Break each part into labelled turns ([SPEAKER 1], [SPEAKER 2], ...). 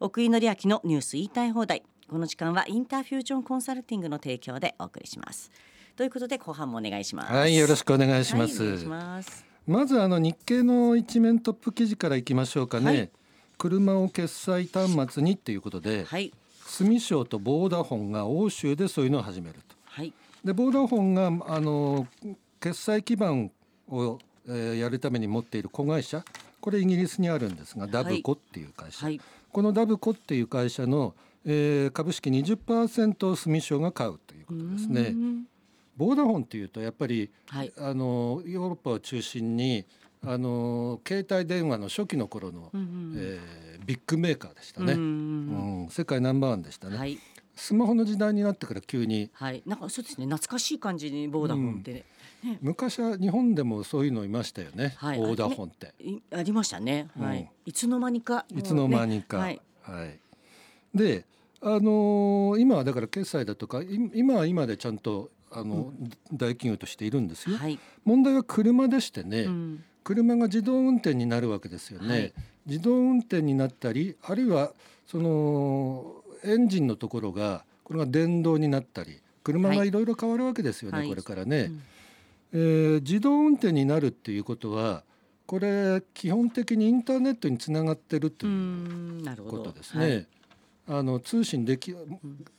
[SPEAKER 1] 奥井紀明のニュース言いたい放題この時間はインターフュージョンコンサルティングの提供でお送りしますということで後半もお願いします
[SPEAKER 2] はい、よろし
[SPEAKER 1] く
[SPEAKER 2] くお願いします。
[SPEAKER 1] はい、お願いします
[SPEAKER 2] まずあの日経の一面トップ記事からいきましょうかね。
[SPEAKER 1] はい
[SPEAKER 2] 車を決済端末にっていうことで、
[SPEAKER 1] はい
[SPEAKER 2] 住商とボーダフォンが欧州でそういうのを始めると。
[SPEAKER 1] はい
[SPEAKER 2] でボーダフォンがあの決済基盤を、えーやるために持っている子会社これイギリスにあるんですが、ダブコっていう会社、
[SPEAKER 1] はい
[SPEAKER 2] このダブコっていう会社の、えー株式20%を住商が買うということです
[SPEAKER 1] うー
[SPEAKER 2] ね。
[SPEAKER 1] ん
[SPEAKER 2] ボーダフォンっていうとやっぱり
[SPEAKER 1] はい
[SPEAKER 2] あのヨーロッパを中心にあの携帯電話の初期の頃の、
[SPEAKER 1] うんうん
[SPEAKER 2] えービッグメーカーでした
[SPEAKER 1] う
[SPEAKER 2] ね、うんん世界ナンバーワンでしたね、
[SPEAKER 1] はい
[SPEAKER 2] スマホの時代になってから急に
[SPEAKER 1] はいなんかそうですね懐かしい感じにボーダフォンって、
[SPEAKER 2] 昔は日本でもそういうのいましたよね、
[SPEAKER 1] はい
[SPEAKER 2] ボーダフォンって、
[SPEAKER 1] いありましたね、はい
[SPEAKER 2] うん
[SPEAKER 1] いつの間にか
[SPEAKER 2] いつの間にか、
[SPEAKER 1] もうね
[SPEAKER 2] はいであのー今はだから決済だとかい今は今でちゃんとあの、大企業としているんですよ、
[SPEAKER 1] はいはい、
[SPEAKER 2] 問題は車でしてね、
[SPEAKER 1] うん
[SPEAKER 2] 車が自動運転になるわけですよね、
[SPEAKER 1] はい
[SPEAKER 2] 自動運転になったりあるいはそのエンジンのところがこれが電動になったり車
[SPEAKER 1] は
[SPEAKER 2] が
[SPEAKER 1] い
[SPEAKER 2] いろいろ変わるわけですよね、
[SPEAKER 1] はい
[SPEAKER 2] これからね、
[SPEAKER 1] うん
[SPEAKER 2] えー自動運転になるっていうことはこれ基本的にインターネットにつながってると
[SPEAKER 1] うー
[SPEAKER 2] いうん
[SPEAKER 1] なるほ
[SPEAKER 2] こ
[SPEAKER 1] ど
[SPEAKER 2] とですね。あの通信でき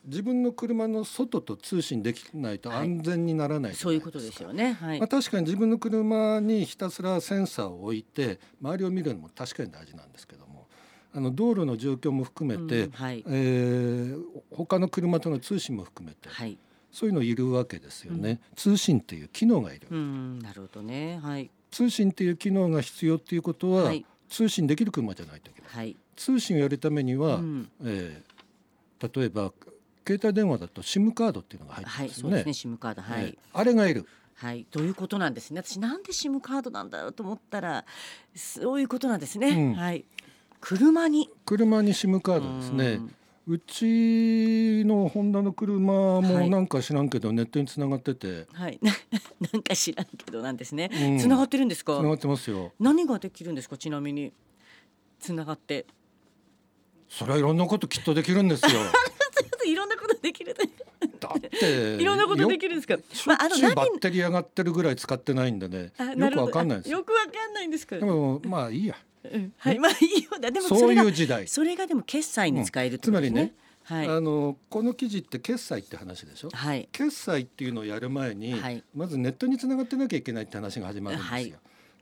[SPEAKER 2] 自分の車の外と通信できないと安全にならな
[SPEAKER 1] はいい、
[SPEAKER 2] じゃ
[SPEAKER 1] そう
[SPEAKER 2] ないいうですか
[SPEAKER 1] ことですよねはい、
[SPEAKER 2] まあ、確かに自分の車にひたすらセンサーを置いて周りを見るのも確かに大事なんですけどもあの道路の状況も含めて、
[SPEAKER 1] うんはい
[SPEAKER 2] えー他の車との通信も含めて、
[SPEAKER 1] はい
[SPEAKER 2] そういうのいるわけですよね、通信っていう機能がいる、
[SPEAKER 1] うんなるほどねはい
[SPEAKER 2] 通信っていう機能が必要っていうことは、
[SPEAKER 1] はい
[SPEAKER 2] 通信できる車じゃないといけない
[SPEAKER 1] はい
[SPEAKER 2] 通信をやるためには、
[SPEAKER 1] うん
[SPEAKER 2] えー例えば携帯電話だと SIM カードっていうのが入って
[SPEAKER 1] は
[SPEAKER 2] るん
[SPEAKER 1] い
[SPEAKER 2] です
[SPEAKER 1] そ
[SPEAKER 2] よ
[SPEAKER 1] う
[SPEAKER 2] ね,
[SPEAKER 1] で
[SPEAKER 2] え
[SPEAKER 1] す
[SPEAKER 2] ー、
[SPEAKER 1] ね SIM カードはい、
[SPEAKER 2] あれがいる
[SPEAKER 1] はいということなんですね私なんで SIM カードなんだろうと思ったらそういうことなんですね、
[SPEAKER 2] うん
[SPEAKER 1] はい車に
[SPEAKER 2] 車に SIM カードですね、
[SPEAKER 1] うん
[SPEAKER 2] うちのホンダの車
[SPEAKER 1] はい
[SPEAKER 2] もなんか知らんけどネットにつながってて
[SPEAKER 1] はい なんか知らんけどなんですね、
[SPEAKER 2] うん
[SPEAKER 1] 繋がってるんです
[SPEAKER 2] つな
[SPEAKER 1] か
[SPEAKER 2] がってますよ
[SPEAKER 1] 何ができるんですかちなみに繋がって
[SPEAKER 2] それはいろんなこときっとできるんですよ
[SPEAKER 1] いろんなことできるね
[SPEAKER 2] だって
[SPEAKER 1] いろんなことでき
[SPEAKER 2] る
[SPEAKER 1] るんですか
[SPEAKER 2] しょっちゅうバ
[SPEAKER 1] 何
[SPEAKER 2] ッテリー上がってるぐらい使ってないんでね
[SPEAKER 1] あ
[SPEAKER 2] よ
[SPEAKER 1] なる
[SPEAKER 2] く
[SPEAKER 1] ほ
[SPEAKER 2] わ
[SPEAKER 1] ど
[SPEAKER 2] かんないです
[SPEAKER 1] あ
[SPEAKER 2] よ
[SPEAKER 1] よくわかんないんですか
[SPEAKER 2] でもまあいいや
[SPEAKER 1] うんはいまあいいようだでもそ
[SPEAKER 2] そう
[SPEAKER 1] れ
[SPEAKER 2] い
[SPEAKER 1] が
[SPEAKER 2] う時代
[SPEAKER 1] それがでも決済に使えるってことですね,、
[SPEAKER 2] うんつあ
[SPEAKER 1] はい
[SPEAKER 2] のこの記事って決済って話でしょ
[SPEAKER 1] はい
[SPEAKER 2] 決済っていうのをやる前に、
[SPEAKER 1] はい
[SPEAKER 2] まずネットにつながってなきゃいけないって話が始まるんですよ、
[SPEAKER 1] はい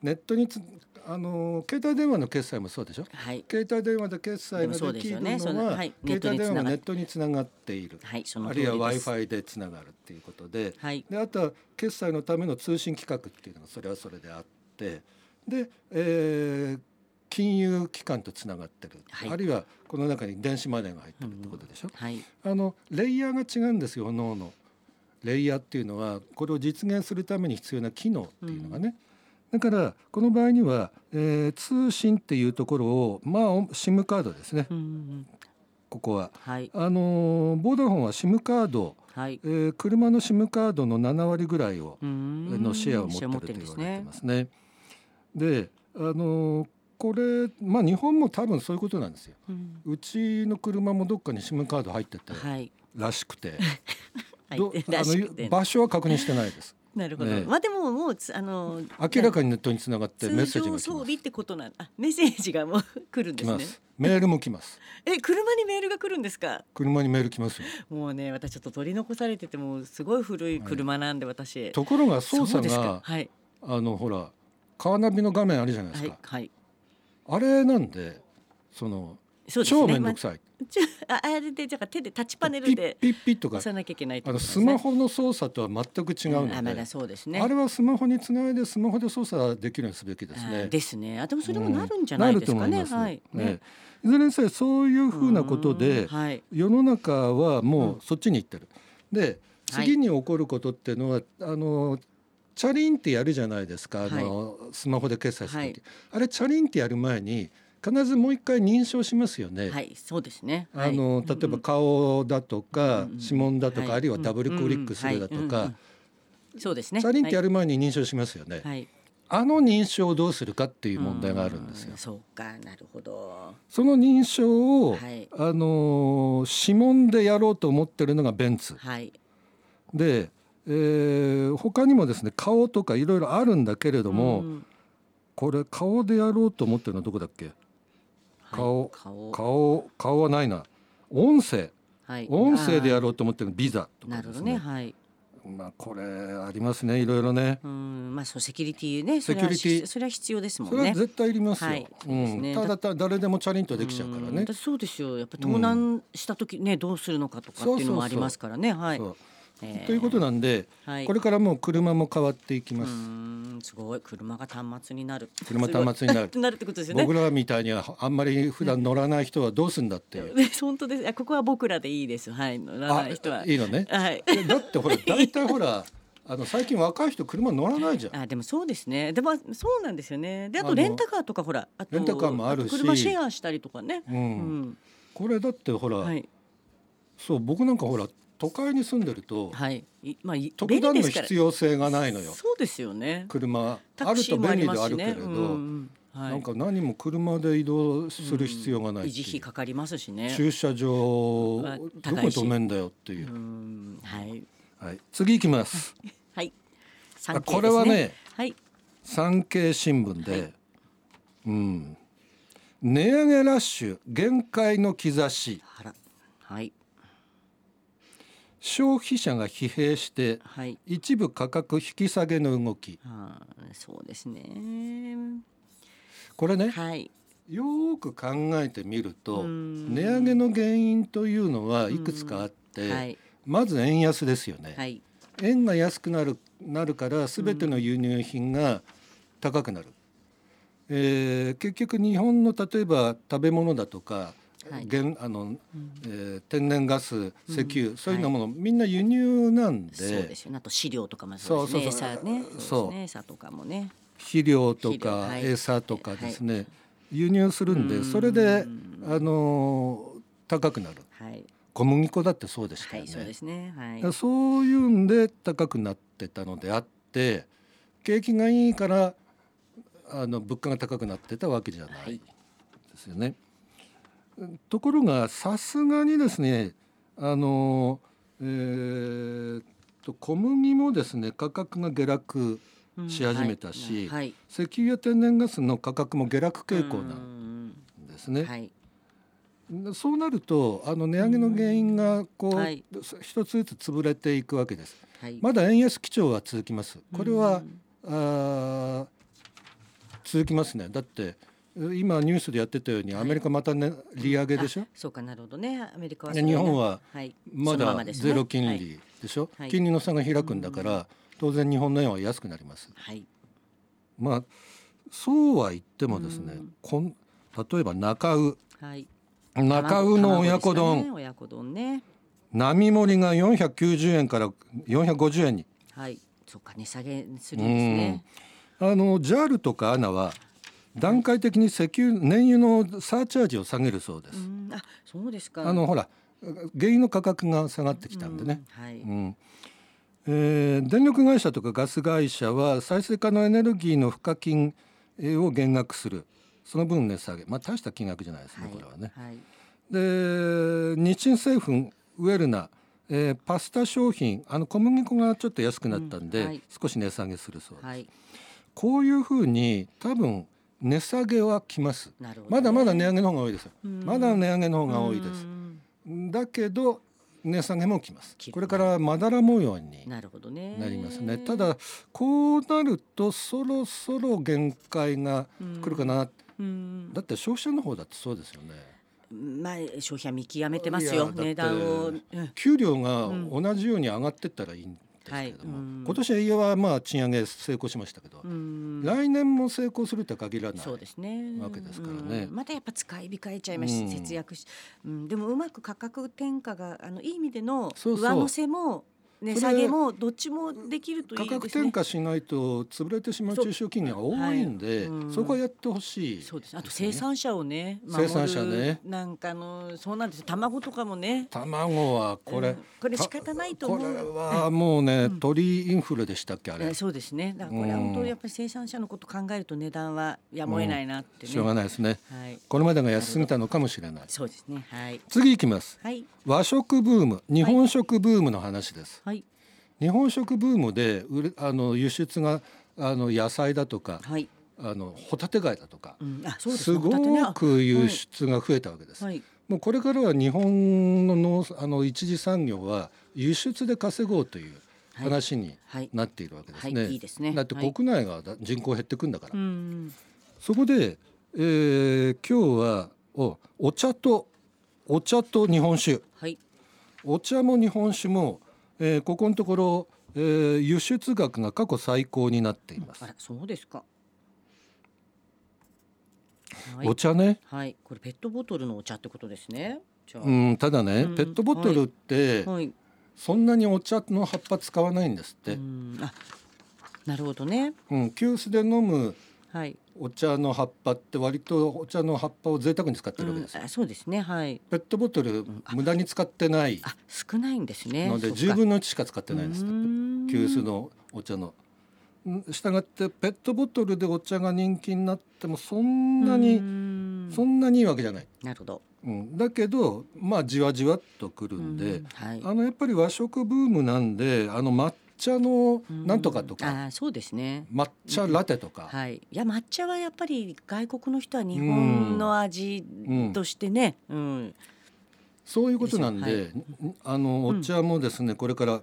[SPEAKER 2] ネットにつあの携帯電話の決済もそうでしょ
[SPEAKER 1] はい
[SPEAKER 2] 携帯電話で決済ができるの
[SPEAKER 1] でもそうですよねその
[SPEAKER 2] は、
[SPEAKER 1] はい
[SPEAKER 2] 携帯電話がネ
[SPEAKER 1] ネ
[SPEAKER 2] ッ
[SPEAKER 1] ッ
[SPEAKER 2] トにつながっている、
[SPEAKER 1] はいその
[SPEAKER 2] あ
[SPEAKER 1] 通
[SPEAKER 2] る
[SPEAKER 1] り
[SPEAKER 2] い
[SPEAKER 1] です
[SPEAKER 2] は w i f i でつながるっていうことで,、
[SPEAKER 1] はい
[SPEAKER 2] であとは決済のための通信規格っていうのがそれはそれであってで、えー金融機関とつながってる、
[SPEAKER 1] はい
[SPEAKER 2] あるいはこの中に電子マネーが入ってるってことでしょ、
[SPEAKER 1] はい
[SPEAKER 2] あのレイヤーが違うんですよ各々レイヤーっていうのはこれを実現するために必要な機能っていうのがね、だからこの場合には、えー通信っていうところをまあ SIM カードですね、
[SPEAKER 1] うんうん
[SPEAKER 2] ここは。
[SPEAKER 1] はい
[SPEAKER 2] あのーボーダフォンは SIM カード、
[SPEAKER 1] はい
[SPEAKER 2] えー車の SIM カードの7割ぐらいを、
[SPEAKER 1] の
[SPEAKER 2] のシェアを持ってると言われてますね。であのーこれまあ日本も多分そういうことなんですよ。
[SPEAKER 1] うん
[SPEAKER 2] うちの車もどっかに SIM カード入ってて、
[SPEAKER 1] はい
[SPEAKER 2] らしくて。
[SPEAKER 1] はい
[SPEAKER 2] ど
[SPEAKER 1] らしく
[SPEAKER 2] あ
[SPEAKER 1] て
[SPEAKER 2] の場所は確認してないです。
[SPEAKER 1] なるほど、
[SPEAKER 2] ええ
[SPEAKER 1] まあでももうつあの
[SPEAKER 2] 明らかにネットにつながってメッ
[SPEAKER 1] 通
[SPEAKER 2] セージ
[SPEAKER 1] 常
[SPEAKER 2] が来
[SPEAKER 1] 装
[SPEAKER 2] ま
[SPEAKER 1] 備
[SPEAKER 2] す。
[SPEAKER 1] ってことなんあメッセージがもう来るんで
[SPEAKER 2] 来
[SPEAKER 1] す
[SPEAKER 2] ま
[SPEAKER 1] ね
[SPEAKER 2] す。メールも来ます。
[SPEAKER 1] え車にメールが来るんですか
[SPEAKER 2] 車にメール来ますよ。
[SPEAKER 1] もうね私ちょっと取り残されててもうすごい古い車なんで私、
[SPEAKER 2] ところが操
[SPEAKER 1] そう
[SPEAKER 2] 作
[SPEAKER 1] ですか
[SPEAKER 2] が
[SPEAKER 1] はい
[SPEAKER 2] あのほらカーナビの画面あるじゃないで
[SPEAKER 1] は
[SPEAKER 2] す
[SPEAKER 1] い
[SPEAKER 2] か。
[SPEAKER 1] はい
[SPEAKER 2] あれなんでその
[SPEAKER 1] そうですね
[SPEAKER 2] 超面倒くさい。
[SPEAKER 1] まあちょああれでじゃあ手でタッチパネ
[SPEAKER 2] ピ
[SPEAKER 1] ル
[SPEAKER 2] ッ
[SPEAKER 1] で
[SPEAKER 2] ピッピッとか
[SPEAKER 1] 押さなきゃいけないってこ
[SPEAKER 2] あの
[SPEAKER 1] とです
[SPEAKER 2] ス
[SPEAKER 1] ね
[SPEAKER 2] マホの操作とは全く違う
[SPEAKER 1] あ
[SPEAKER 2] の
[SPEAKER 1] ま
[SPEAKER 2] で
[SPEAKER 1] だ。そうですね
[SPEAKER 2] あれはスマホにつないでスマホで操作できるようにすべきです
[SPEAKER 1] あ
[SPEAKER 2] ね。
[SPEAKER 1] ですねあでもそれもなるんじゃないですかね、
[SPEAKER 2] うんなると思います
[SPEAKER 1] はい
[SPEAKER 2] ねいずれにせよそういうふうなこと
[SPEAKER 1] う
[SPEAKER 2] で
[SPEAKER 1] んはい
[SPEAKER 2] 世の中はもうそっちに行ってる。で
[SPEAKER 1] はい
[SPEAKER 2] 次に起こることっていうのは、あのチャリンってやるじゃないですか、あのスマホで決済す
[SPEAKER 1] は
[SPEAKER 2] る時、
[SPEAKER 1] い
[SPEAKER 2] あれチャリンってやる前に必ずもう一回認証しますよね。
[SPEAKER 1] はいそうですね
[SPEAKER 2] あの
[SPEAKER 1] はい
[SPEAKER 2] 例えば顔だとか、
[SPEAKER 1] うんうん
[SPEAKER 2] 指紋だとか、
[SPEAKER 1] はい
[SPEAKER 2] あるいはダブルクリックするだとか、
[SPEAKER 1] うんうんはいうんうんそうですね
[SPEAKER 2] チャリンってや
[SPEAKER 1] る
[SPEAKER 2] る前に認証しますよね。
[SPEAKER 1] はい、はい
[SPEAKER 2] あの認証をどうするかっていう問題があるんですよ
[SPEAKER 1] う。そうか、なるほど。
[SPEAKER 2] その認証を、
[SPEAKER 1] はい
[SPEAKER 2] あのー指紋でやろうと思ってるのがベンツ
[SPEAKER 1] はい。
[SPEAKER 2] で、えー他にもですね顔とかいろいろあるんだけれども、
[SPEAKER 1] うん
[SPEAKER 2] これ顔でやろうと思ってるのはどこだっけ
[SPEAKER 1] はい
[SPEAKER 2] 顔、
[SPEAKER 1] 顔
[SPEAKER 2] 顔顔はないな音声
[SPEAKER 1] はい。
[SPEAKER 2] 音声でや
[SPEAKER 1] る。
[SPEAKER 2] ろうと思ってるのビザと
[SPEAKER 1] な
[SPEAKER 2] か
[SPEAKER 1] る
[SPEAKER 2] で
[SPEAKER 1] ほど
[SPEAKER 2] す
[SPEAKER 1] ね、
[SPEAKER 2] ね
[SPEAKER 1] はい。
[SPEAKER 2] まあこれありますねいろいろね
[SPEAKER 1] うん、まあ、そう、セキュリティね、そ
[SPEAKER 2] セ
[SPEAKER 1] れ
[SPEAKER 2] キ
[SPEAKER 1] は
[SPEAKER 2] ュリティ
[SPEAKER 1] 必それは必要ですも
[SPEAKER 2] そ
[SPEAKER 1] ん
[SPEAKER 2] れは
[SPEAKER 1] ね。
[SPEAKER 2] 絶対いりますよ、
[SPEAKER 1] はいそう
[SPEAKER 2] う
[SPEAKER 1] ですね
[SPEAKER 2] ん、ただただ誰でもチャリンとできちゃうから
[SPEAKER 1] ん
[SPEAKER 2] ね
[SPEAKER 1] だそうですよ、やっぱ盗難した時ね、どうするのかとかっていうのもありますからね、はい。
[SPEAKER 2] そう
[SPEAKER 1] えー
[SPEAKER 2] ということなんで、
[SPEAKER 1] はい。
[SPEAKER 2] これからもう車も変わっていき
[SPEAKER 1] う
[SPEAKER 2] ます、
[SPEAKER 1] ーん、すごい、車が端末になる。
[SPEAKER 2] 車端末になる
[SPEAKER 1] すごい なるってことですよね
[SPEAKER 2] 僕。らみたいにはあんまり普段乗らない人はどうすんだっていう。
[SPEAKER 1] ね 本当です。あ、ここは僕らでいいです。はい、乗らない人は。
[SPEAKER 2] いいのね。
[SPEAKER 1] はい。
[SPEAKER 2] いやだってほら大体ほらあの最近若い人車乗らないじゃん。
[SPEAKER 1] あでもそうですねでもそうなんですよねであ
[SPEAKER 2] あ
[SPEAKER 1] と
[SPEAKER 2] の
[SPEAKER 1] レンタカーとかほらあと
[SPEAKER 2] レンタカーもあるし
[SPEAKER 1] と車シェアしたりとかね、
[SPEAKER 2] う
[SPEAKER 1] うん
[SPEAKER 2] んこれだってほら、
[SPEAKER 1] はい
[SPEAKER 2] そう僕なんかほら都会に住んでると
[SPEAKER 1] はいいまあい
[SPEAKER 2] 特
[SPEAKER 1] 便
[SPEAKER 2] 段
[SPEAKER 1] 利
[SPEAKER 2] の
[SPEAKER 1] ですから
[SPEAKER 2] 必要性がないのよ
[SPEAKER 1] そうですよね
[SPEAKER 2] 車は
[SPEAKER 1] タ
[SPEAKER 2] あ
[SPEAKER 1] ク
[SPEAKER 2] る
[SPEAKER 1] シー
[SPEAKER 2] と
[SPEAKER 1] もあ
[SPEAKER 2] 便
[SPEAKER 1] り
[SPEAKER 2] 利
[SPEAKER 1] ま
[SPEAKER 2] ですはあ
[SPEAKER 1] し
[SPEAKER 2] るけ
[SPEAKER 1] ね
[SPEAKER 2] れど、
[SPEAKER 1] うんうんはい
[SPEAKER 2] なんか何も車で移動する必要がない
[SPEAKER 1] うん維
[SPEAKER 2] って
[SPEAKER 1] 持
[SPEAKER 2] い
[SPEAKER 1] 費
[SPEAKER 2] う、
[SPEAKER 1] かかりますしね
[SPEAKER 2] 駐車場ど
[SPEAKER 1] は
[SPEAKER 2] こに
[SPEAKER 1] 高いし
[SPEAKER 2] 止めんだよっていうう、
[SPEAKER 1] んはい
[SPEAKER 2] はい、次行きます
[SPEAKER 1] はい
[SPEAKER 2] あ
[SPEAKER 1] 産経
[SPEAKER 2] これはね
[SPEAKER 1] ですはい
[SPEAKER 2] 産経新聞で、
[SPEAKER 1] はい
[SPEAKER 2] うん値上げラッシュ限界の兆し
[SPEAKER 1] あらはい
[SPEAKER 2] 消費者が疲弊して
[SPEAKER 1] はい
[SPEAKER 2] 一部価格引き下げの動き
[SPEAKER 1] あーそうですね
[SPEAKER 2] これね
[SPEAKER 1] はい
[SPEAKER 2] よーく考えてみると
[SPEAKER 1] うん
[SPEAKER 2] 値上げの原因というのはいくつかあって、
[SPEAKER 1] はい
[SPEAKER 2] まず円安ですよね、
[SPEAKER 1] はい
[SPEAKER 2] 円が安くなるなるから全ての輸入品が高くなる、えー結局日本の例えば食べ物だとか、
[SPEAKER 1] はい
[SPEAKER 2] 原あの
[SPEAKER 1] うん
[SPEAKER 2] えー天然ガス石油、
[SPEAKER 1] うん
[SPEAKER 2] そういうようなもの、みんな輸入なんで
[SPEAKER 1] そうですよね。あと飼料とかもそうですね。
[SPEAKER 2] そうそうそう
[SPEAKER 1] 餌ね。
[SPEAKER 2] そう
[SPEAKER 1] ですね。餌とかもね。
[SPEAKER 2] 肥料と
[SPEAKER 1] 肥料
[SPEAKER 2] か
[SPEAKER 1] はい
[SPEAKER 2] 餌とかですね、輸入するんで
[SPEAKER 1] うん
[SPEAKER 2] それで、あのー高くなる
[SPEAKER 1] はい。
[SPEAKER 2] 小麦粉だってそうでした
[SPEAKER 1] は
[SPEAKER 2] よ
[SPEAKER 1] い、
[SPEAKER 2] ね、
[SPEAKER 1] そうですね。はい
[SPEAKER 2] だから。そういうんで高くなってたのであって景気がいいからあの物価が高くなってたわけじゃな
[SPEAKER 1] はいい
[SPEAKER 2] ですよね。ところがさすがにですねあの、えーと小麦もですね価格が下落
[SPEAKER 1] うん
[SPEAKER 2] し始めたし
[SPEAKER 1] はい。
[SPEAKER 2] 石油や天然ガスの価格も下落傾向な
[SPEAKER 1] うんん
[SPEAKER 2] ですね。
[SPEAKER 1] はい。
[SPEAKER 2] そうなるとあの値上げの原因がこう、
[SPEAKER 1] はい
[SPEAKER 2] 一つずつ潰れていくわけです。
[SPEAKER 1] はい。
[SPEAKER 2] まだ円安基調は続きます。これは、
[SPEAKER 1] うん
[SPEAKER 2] あー続きますね。だってう今ニュースでやってたようにアメリカまたね、利上げでしょ
[SPEAKER 1] あ。そうかなるほどね。アメリカは
[SPEAKER 2] で
[SPEAKER 1] そうだ
[SPEAKER 2] 日
[SPEAKER 1] な
[SPEAKER 2] 本は
[SPEAKER 1] はい。
[SPEAKER 2] ま
[SPEAKER 1] その
[SPEAKER 2] だ
[SPEAKER 1] ですね
[SPEAKER 2] ゼロ金。利でしょ。
[SPEAKER 1] はい
[SPEAKER 2] 金利の差が開くんだから当然日本の円は安くなります。
[SPEAKER 1] はい。
[SPEAKER 2] まあそうは言ってもですね
[SPEAKER 1] うん。
[SPEAKER 2] こん例えば中羽
[SPEAKER 1] はい。
[SPEAKER 2] 中羽の親子
[SPEAKER 1] 卵です
[SPEAKER 2] 丼、
[SPEAKER 1] かね。親子丼ね。
[SPEAKER 2] 並盛りが490円から450円に。
[SPEAKER 1] はい。そうか値下げするんですね。
[SPEAKER 2] あの JAL とか ANA は段階的に石油燃油のサーチャージを下げるそうです。
[SPEAKER 1] うんあ、そうですか。
[SPEAKER 2] あのほら原油の価格が下がってきたんでね。
[SPEAKER 1] うん。はい。
[SPEAKER 2] うんえー電力会社とかガス会社は再生可能エネルギーの賦課金えーを減額するその分値下げまあ大した金額じゃないですね、これはね。
[SPEAKER 1] はい。
[SPEAKER 2] で日清製粉ウェルナ、えーパスタ商品あの小麦粉がちょっと安くなったんで、
[SPEAKER 1] うんはい
[SPEAKER 2] 少し値下げするそうです。
[SPEAKER 1] はい。
[SPEAKER 2] こういうふうに多分値下げはきます。
[SPEAKER 1] なるほどね。
[SPEAKER 2] まだまだ値上げの方が多いですよ。
[SPEAKER 1] うん
[SPEAKER 2] まだ値上げの方が多いです
[SPEAKER 1] う。ん
[SPEAKER 2] だけど値下げもきます
[SPEAKER 1] き。る
[SPEAKER 2] これからまだら模様に
[SPEAKER 1] なるほどね。
[SPEAKER 2] なりますね。ただこうなるとそろそろ限界が来るかな。
[SPEAKER 1] うん、
[SPEAKER 2] だって消費者の方だってそうですよね。
[SPEAKER 1] まあ消費は見極めてます
[SPEAKER 2] い
[SPEAKER 1] よ
[SPEAKER 2] やだって
[SPEAKER 1] 値段を、うん
[SPEAKER 2] 給料が
[SPEAKER 1] うん
[SPEAKER 2] 同じように上がってったらいいんですけれども、
[SPEAKER 1] はいうん
[SPEAKER 2] 今年はまあ賃上げ成功しましたけど、
[SPEAKER 1] うん
[SPEAKER 2] 来年も成功するとは限らない。
[SPEAKER 1] そうですね
[SPEAKER 2] わけですからね
[SPEAKER 1] うんまたやっぱ使い控えちゃいました、
[SPEAKER 2] うん
[SPEAKER 1] 節約し、うん、でもうまく価格転嫁があのいい意味での
[SPEAKER 2] そうそう
[SPEAKER 1] 上乗せも値
[SPEAKER 2] そ
[SPEAKER 1] 下
[SPEAKER 2] れ
[SPEAKER 1] げもどっちもできるとい
[SPEAKER 2] 価
[SPEAKER 1] い
[SPEAKER 2] 格
[SPEAKER 1] です
[SPEAKER 2] 転
[SPEAKER 1] ね。
[SPEAKER 2] 嫁しないと潰れてしまう中小企業が多いんで、
[SPEAKER 1] そうはいうん
[SPEAKER 2] そこはやってほしい、
[SPEAKER 1] そうです。
[SPEAKER 2] ね
[SPEAKER 1] あと生産者をね、
[SPEAKER 2] 生産者ね
[SPEAKER 1] 守るなんかのそうなんですよ。卵とかもね。
[SPEAKER 2] 卵はこれ、
[SPEAKER 1] うんこれ仕方ないと思
[SPEAKER 2] こ
[SPEAKER 1] う。
[SPEAKER 2] れはもうね、鳥インフルでしたっけあ
[SPEAKER 1] え
[SPEAKER 2] れ
[SPEAKER 1] ー、そうですね。だからこれは
[SPEAKER 2] うん
[SPEAKER 1] 本当にやっぱり生産者のこと考えると値段はやむを得ないなってね。
[SPEAKER 2] しょうがないですね
[SPEAKER 1] はい。
[SPEAKER 2] これまでが安すぎたのかもしれない
[SPEAKER 1] そうですね。はい。
[SPEAKER 2] 次いきます
[SPEAKER 1] はい。
[SPEAKER 2] 和食ブーム日本食ブームの話です、
[SPEAKER 1] はい。
[SPEAKER 2] 日本食ブームで売れあの輸出があの野菜だとか
[SPEAKER 1] はい。
[SPEAKER 2] あのホタテ貝だとか
[SPEAKER 1] うん。あ、そうです
[SPEAKER 2] す
[SPEAKER 1] ね。ホタテね
[SPEAKER 2] ご
[SPEAKER 1] あ
[SPEAKER 2] く輸出が増えたわけです、
[SPEAKER 1] はい。
[SPEAKER 2] もうこれからは日本の農あの一次産業は輸出で稼ごうという
[SPEAKER 1] はい
[SPEAKER 2] 話に
[SPEAKER 1] はい
[SPEAKER 2] なっているわけですね。
[SPEAKER 1] はいいいですね
[SPEAKER 2] だって
[SPEAKER 1] はい
[SPEAKER 2] 国内がだ人口減ってくんだから。
[SPEAKER 1] うん。
[SPEAKER 2] そこで、えー今日はおお茶とお茶と日本酒
[SPEAKER 1] はい。
[SPEAKER 2] お茶も日本酒も、えーここのところ、えー輸出額が過去最高になっています
[SPEAKER 1] あ。ら、そうですか。はい
[SPEAKER 2] お。茶ね
[SPEAKER 1] はい。これペットボトルのお茶ってことですね。じゃあ。
[SPEAKER 2] うんただね、
[SPEAKER 1] うん
[SPEAKER 2] ペットボトルって
[SPEAKER 1] はい。
[SPEAKER 2] そんなにお茶の葉っぱ使わないんですっ
[SPEAKER 1] う
[SPEAKER 2] て、
[SPEAKER 1] ん。あ。なるほどね。
[SPEAKER 2] うん、急須で飲む
[SPEAKER 1] はい。
[SPEAKER 2] お茶の葉っぱって割とお茶の葉っぱを贅沢に使ってるわけです、
[SPEAKER 1] うんあそうですね。はい。
[SPEAKER 2] ペットボトル無駄に使ってない
[SPEAKER 1] あ、少ないんですね。
[SPEAKER 2] ので
[SPEAKER 1] そっか
[SPEAKER 2] 10分の1しか使ってないんです
[SPEAKER 1] う
[SPEAKER 2] って
[SPEAKER 1] ーん
[SPEAKER 2] 急須のお茶の。したがってペットボトルでお茶が人気になってもそんな
[SPEAKER 1] う
[SPEAKER 2] に
[SPEAKER 1] ーん
[SPEAKER 2] そんなにいいわけじゃない、
[SPEAKER 1] なるほど。
[SPEAKER 2] うん、だけどまあじわじわっとくるんで
[SPEAKER 1] う、はい。
[SPEAKER 2] あのやっぱり和食ブームなんであの抹茶の
[SPEAKER 1] うん
[SPEAKER 2] なんとかとか、
[SPEAKER 1] あーそうですね。
[SPEAKER 2] 抹茶ラテとか、
[SPEAKER 1] はい。いや抹茶はやっぱり外国の人は日本の味としてね、うん、
[SPEAKER 2] そういうことなんで、
[SPEAKER 1] で
[SPEAKER 2] んあのお茶もですね、これから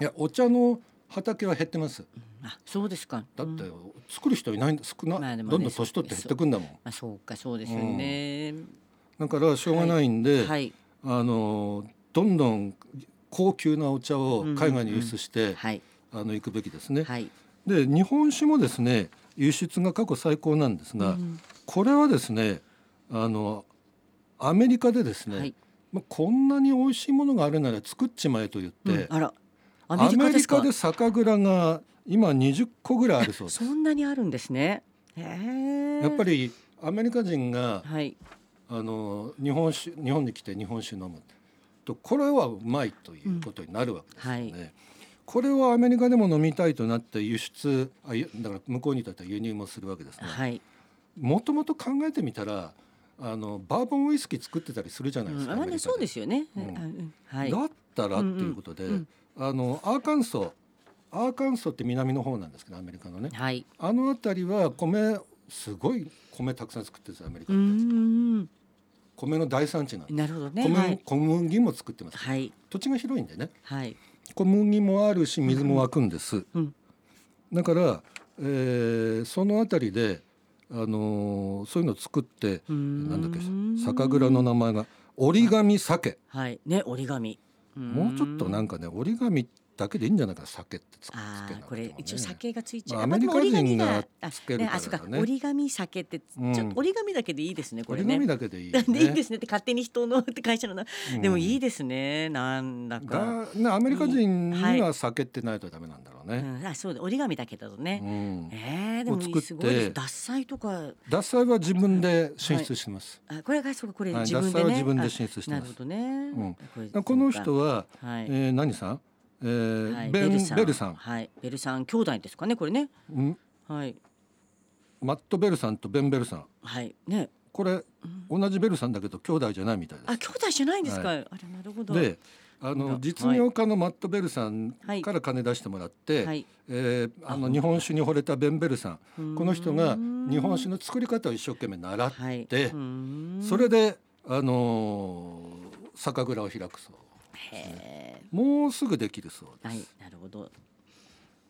[SPEAKER 2] いやお茶の畑は減ってます。
[SPEAKER 1] あ、そうですか。
[SPEAKER 2] だって、
[SPEAKER 1] うんま
[SPEAKER 2] 作る人いないんだ少ない、
[SPEAKER 1] まあでもね
[SPEAKER 2] どんどん年取って減ってくんだもん。
[SPEAKER 1] あそうかそうですよね。
[SPEAKER 2] だからしょうがないんで、
[SPEAKER 1] はい
[SPEAKER 2] あのどんどん高級なお茶を海外に輸出して、
[SPEAKER 1] はい
[SPEAKER 2] あの行くべきですね。
[SPEAKER 1] はい。
[SPEAKER 2] で日本酒もですね輸出が過去最高なんです
[SPEAKER 1] う
[SPEAKER 2] が、
[SPEAKER 1] ん
[SPEAKER 2] これはですねあのアメリカでですね、
[SPEAKER 1] はい。
[SPEAKER 2] まあ、こんなに美味しいものがあるなら作っちまえと言って、
[SPEAKER 1] うんあら、ア
[SPEAKER 2] ア
[SPEAKER 1] メリカ
[SPEAKER 2] メ
[SPEAKER 1] で
[SPEAKER 2] リ
[SPEAKER 1] すか
[SPEAKER 2] カ。で酒蔵が今20個ぐらいあるそうです
[SPEAKER 1] そ。んなにあるんですね。へえ。
[SPEAKER 2] やっぱりアメリカ人が
[SPEAKER 1] はい。
[SPEAKER 2] あの日本酒日本に来て日本酒飲むとこれはうまいということになるわけですよ
[SPEAKER 1] は
[SPEAKER 2] ね。
[SPEAKER 1] い。
[SPEAKER 2] これをアメリカでも飲みたいとなって輸出あゆだから向こうにとっては輸入もするわけですね。
[SPEAKER 1] はい。
[SPEAKER 2] もともと考えてみたらあのバーボンウイスキー作ってたりするじゃないですか。
[SPEAKER 1] うん、
[SPEAKER 2] ア
[SPEAKER 1] あ
[SPEAKER 2] メ
[SPEAKER 1] ね
[SPEAKER 2] リカ
[SPEAKER 1] そうで
[SPEAKER 2] です
[SPEAKER 1] よね。
[SPEAKER 2] う
[SPEAKER 1] うんん、はい。
[SPEAKER 2] だったらっていうことで、
[SPEAKER 1] うんうん
[SPEAKER 2] あのアーカンソーアーカンソーって南の方なんですけどアメリカのね
[SPEAKER 1] はい。
[SPEAKER 2] あの辺りは米すごい米たくさん作ってるんですよアメリカ
[SPEAKER 1] う
[SPEAKER 2] っ
[SPEAKER 1] ー
[SPEAKER 2] て、
[SPEAKER 1] ん。
[SPEAKER 2] 米の大産地なんで
[SPEAKER 1] なるほどね。
[SPEAKER 2] 米
[SPEAKER 1] は
[SPEAKER 2] も
[SPEAKER 1] い。
[SPEAKER 2] 小麦も作ってます、
[SPEAKER 1] はい。
[SPEAKER 2] 土地が広いんでね
[SPEAKER 1] はい。
[SPEAKER 2] 小麦もあるし水も湧くんです、
[SPEAKER 1] うん。
[SPEAKER 2] だから、えーその辺りで、あのーそういうのを作って
[SPEAKER 1] うーん
[SPEAKER 2] なんだっけ酒蔵の名前が折り紙酒
[SPEAKER 1] はい。ね、折り紙。
[SPEAKER 2] もうちょっとなん
[SPEAKER 1] か。
[SPEAKER 2] んかね折り紙だけでいいんじゃないかな酒ってつつけな
[SPEAKER 1] あ
[SPEAKER 2] くても
[SPEAKER 1] あ、これ
[SPEAKER 2] ね
[SPEAKER 1] 一応酒がついちゃ
[SPEAKER 2] ま
[SPEAKER 1] う。
[SPEAKER 2] あ
[SPEAKER 1] まあでも
[SPEAKER 2] アメリカ人
[SPEAKER 1] 折り紙
[SPEAKER 2] がつけるからだね
[SPEAKER 1] あ、そうか。折り紙酒って、ち
[SPEAKER 2] うん
[SPEAKER 1] ょっと折り紙だけでいいですね。こ
[SPEAKER 2] 折
[SPEAKER 1] れ
[SPEAKER 2] り
[SPEAKER 1] ね。
[SPEAKER 2] 紙だけでいいよ
[SPEAKER 1] でいいで
[SPEAKER 2] ね
[SPEAKER 1] すねって勝手に人の って会社のな、
[SPEAKER 2] うん
[SPEAKER 1] でもいいですねなんだか、
[SPEAKER 2] がねアメリカ人に
[SPEAKER 1] は
[SPEAKER 2] は酒ってないとダメなんだろう
[SPEAKER 1] う
[SPEAKER 2] ね、
[SPEAKER 1] ん、あそうだ折り紙だけだと
[SPEAKER 2] う
[SPEAKER 1] ね、
[SPEAKER 2] ん
[SPEAKER 1] えー、でもい
[SPEAKER 2] を
[SPEAKER 1] い
[SPEAKER 2] 作って
[SPEAKER 1] すごいです獺祭とか
[SPEAKER 2] 獺祭は自分で進出してます、
[SPEAKER 1] あこれがそうかこれ
[SPEAKER 2] はい
[SPEAKER 1] 自分で
[SPEAKER 2] 獺祭は
[SPEAKER 1] ね
[SPEAKER 2] 自分で進出して
[SPEAKER 1] な
[SPEAKER 2] ま
[SPEAKER 1] るほ
[SPEAKER 2] す
[SPEAKER 1] どね。
[SPEAKER 2] ん
[SPEAKER 1] れ
[SPEAKER 2] この人は、
[SPEAKER 1] はい、
[SPEAKER 2] えー何さん、えー
[SPEAKER 1] はい
[SPEAKER 2] ベンベルさん、
[SPEAKER 1] はい、ベルさん兄弟ですかね、これね。
[SPEAKER 2] うん
[SPEAKER 1] はい、
[SPEAKER 2] マット・ベルさんとベン・ベルさん
[SPEAKER 1] はい、ね、
[SPEAKER 2] これ同じベルさんだけど兄弟じゃないみたいで
[SPEAKER 1] あ、兄弟じゃないんですか。
[SPEAKER 2] は
[SPEAKER 1] あれ、なるほ
[SPEAKER 2] す。
[SPEAKER 1] ど。
[SPEAKER 2] であ
[SPEAKER 1] はい
[SPEAKER 2] の実業家のマット・ベルさん
[SPEAKER 1] はい
[SPEAKER 2] から金出してもらって、
[SPEAKER 1] はい、
[SPEAKER 2] えーあの
[SPEAKER 1] あ
[SPEAKER 2] 日本酒に惚れたベン・ベルさん
[SPEAKER 1] こ
[SPEAKER 2] この人が日本酒
[SPEAKER 1] の
[SPEAKER 2] の作り方を一生懸命習っ
[SPEAKER 1] はい、
[SPEAKER 2] て、
[SPEAKER 1] うーん
[SPEAKER 2] それで、あのー酒蔵を開くそう
[SPEAKER 1] へ
[SPEAKER 2] もうすぐできるそうです、
[SPEAKER 1] ーはい、なるほど。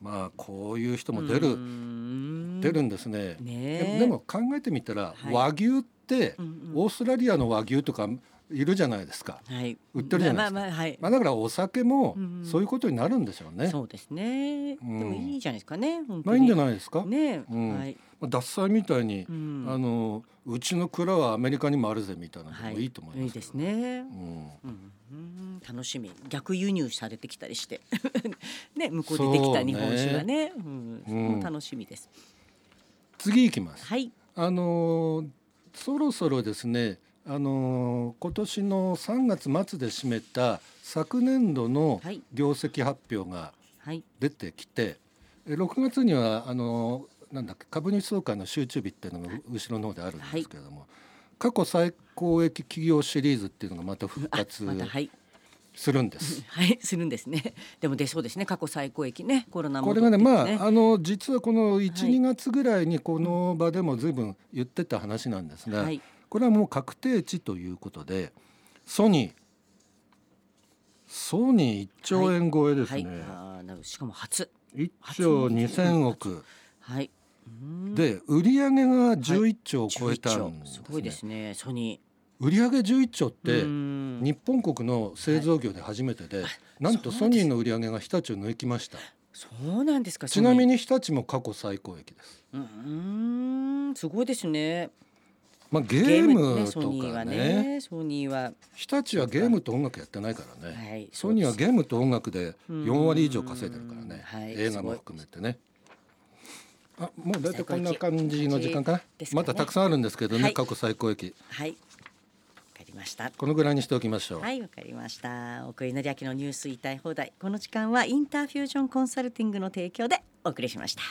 [SPEAKER 2] まあこういう人も出る、
[SPEAKER 1] る
[SPEAKER 2] 出るんですね
[SPEAKER 1] ねえ
[SPEAKER 2] でも考えてみたら、
[SPEAKER 1] はい
[SPEAKER 2] 和牛っって、
[SPEAKER 1] うん
[SPEAKER 2] オーストラリアの和牛とかいるじゃないですか。
[SPEAKER 1] はい、
[SPEAKER 2] 売ってるじゃないです
[SPEAKER 1] まあ
[SPEAKER 2] か
[SPEAKER 1] まあまあはい、
[SPEAKER 2] まあ、だからお酒も
[SPEAKER 1] うん
[SPEAKER 2] そういうことになるんでしょうね。
[SPEAKER 1] そうですね。で
[SPEAKER 2] うん
[SPEAKER 1] もいいじゃないですかね。本当
[SPEAKER 2] まあい
[SPEAKER 1] に
[SPEAKER 2] いんじゃないですか。
[SPEAKER 1] ね、
[SPEAKER 2] うん
[SPEAKER 1] はい、
[SPEAKER 2] まあ獺祭みたいに、
[SPEAKER 1] うん
[SPEAKER 2] あのうちの蔵はアメリカにもあるぜみたいなの
[SPEAKER 1] は
[SPEAKER 2] もいいと思い
[SPEAKER 1] い
[SPEAKER 2] ま
[SPEAKER 1] い
[SPEAKER 2] すけ
[SPEAKER 1] で
[SPEAKER 2] ど、
[SPEAKER 1] すね。
[SPEAKER 2] う
[SPEAKER 1] う
[SPEAKER 2] ん
[SPEAKER 1] んうん楽しみ逆輸入されてきたりして ね向こうでできた日本酒がねうん
[SPEAKER 2] うん
[SPEAKER 1] そこも楽しみです、
[SPEAKER 2] 次行きます。
[SPEAKER 1] はい
[SPEAKER 2] あのーそろそろですね。あのー今年の3月末で締めた昨年度の
[SPEAKER 1] はい
[SPEAKER 2] 業績発表が
[SPEAKER 1] はい
[SPEAKER 2] 出てきて、え6月にはあのなんだっけ株主総会の集中日っていうのがう後ろの方であるんですけれども、過去最高益企業シリーズっていうのがまた復
[SPEAKER 1] あ
[SPEAKER 2] 活
[SPEAKER 1] またはい
[SPEAKER 2] するんです。
[SPEAKER 1] はいするんですねでも出そうですね過去最高益ねコロナも
[SPEAKER 2] これがねま
[SPEAKER 1] 戻っ
[SPEAKER 2] あ
[SPEAKER 1] てきて
[SPEAKER 2] あの実はこ
[SPEAKER 1] は
[SPEAKER 2] の12、
[SPEAKER 1] い
[SPEAKER 2] 2月ぐらいにこの場でも随分言ってた話なんですが、
[SPEAKER 1] はい
[SPEAKER 2] これはもう確定値ということでソニーソニー1兆円超えです
[SPEAKER 1] はい
[SPEAKER 2] ね、
[SPEAKER 1] あーなるしかも初
[SPEAKER 2] 1兆2000億。
[SPEAKER 1] はいうん
[SPEAKER 2] で売上が11兆を超えた
[SPEAKER 1] 11
[SPEAKER 2] んで
[SPEAKER 1] 兆
[SPEAKER 2] す
[SPEAKER 1] す
[SPEAKER 2] ね
[SPEAKER 1] ごいですねソニ
[SPEAKER 2] 売上11兆っ
[SPEAKER 1] ー
[SPEAKER 2] て
[SPEAKER 1] うん
[SPEAKER 2] 日本国の製造業で初めてで、なんとソニーの売上が日立を抜きました
[SPEAKER 1] そうなんですか
[SPEAKER 2] ちなみ
[SPEAKER 1] に
[SPEAKER 2] に日立も過去最高益です
[SPEAKER 1] うんすごいですね
[SPEAKER 2] まあゲー
[SPEAKER 1] ね
[SPEAKER 2] ム
[SPEAKER 1] ソ
[SPEAKER 2] と
[SPEAKER 1] ニー
[SPEAKER 2] か
[SPEAKER 1] は
[SPEAKER 2] ね
[SPEAKER 1] ねソニーは
[SPEAKER 2] 日立はゲームと音楽やってないからね、
[SPEAKER 1] はい
[SPEAKER 2] ソニーは
[SPEAKER 1] そう
[SPEAKER 2] ゲームと音楽で4割以上稼いでるから
[SPEAKER 1] うん
[SPEAKER 2] ね、
[SPEAKER 1] はい
[SPEAKER 2] 映画も含めてねあもう大体こんな感じの時間かな
[SPEAKER 1] ですか
[SPEAKER 2] ま
[SPEAKER 1] ね
[SPEAKER 2] たたくさんあるんですけどね、
[SPEAKER 1] はい
[SPEAKER 2] 過去最高益
[SPEAKER 1] はい。わかりました。
[SPEAKER 2] このぐらいにしておきましょう、
[SPEAKER 1] はい、わかりました。奥井紀明のニュース言いたい放題。この時間はインターフュージョンコンサルティングの提供でお送りしました。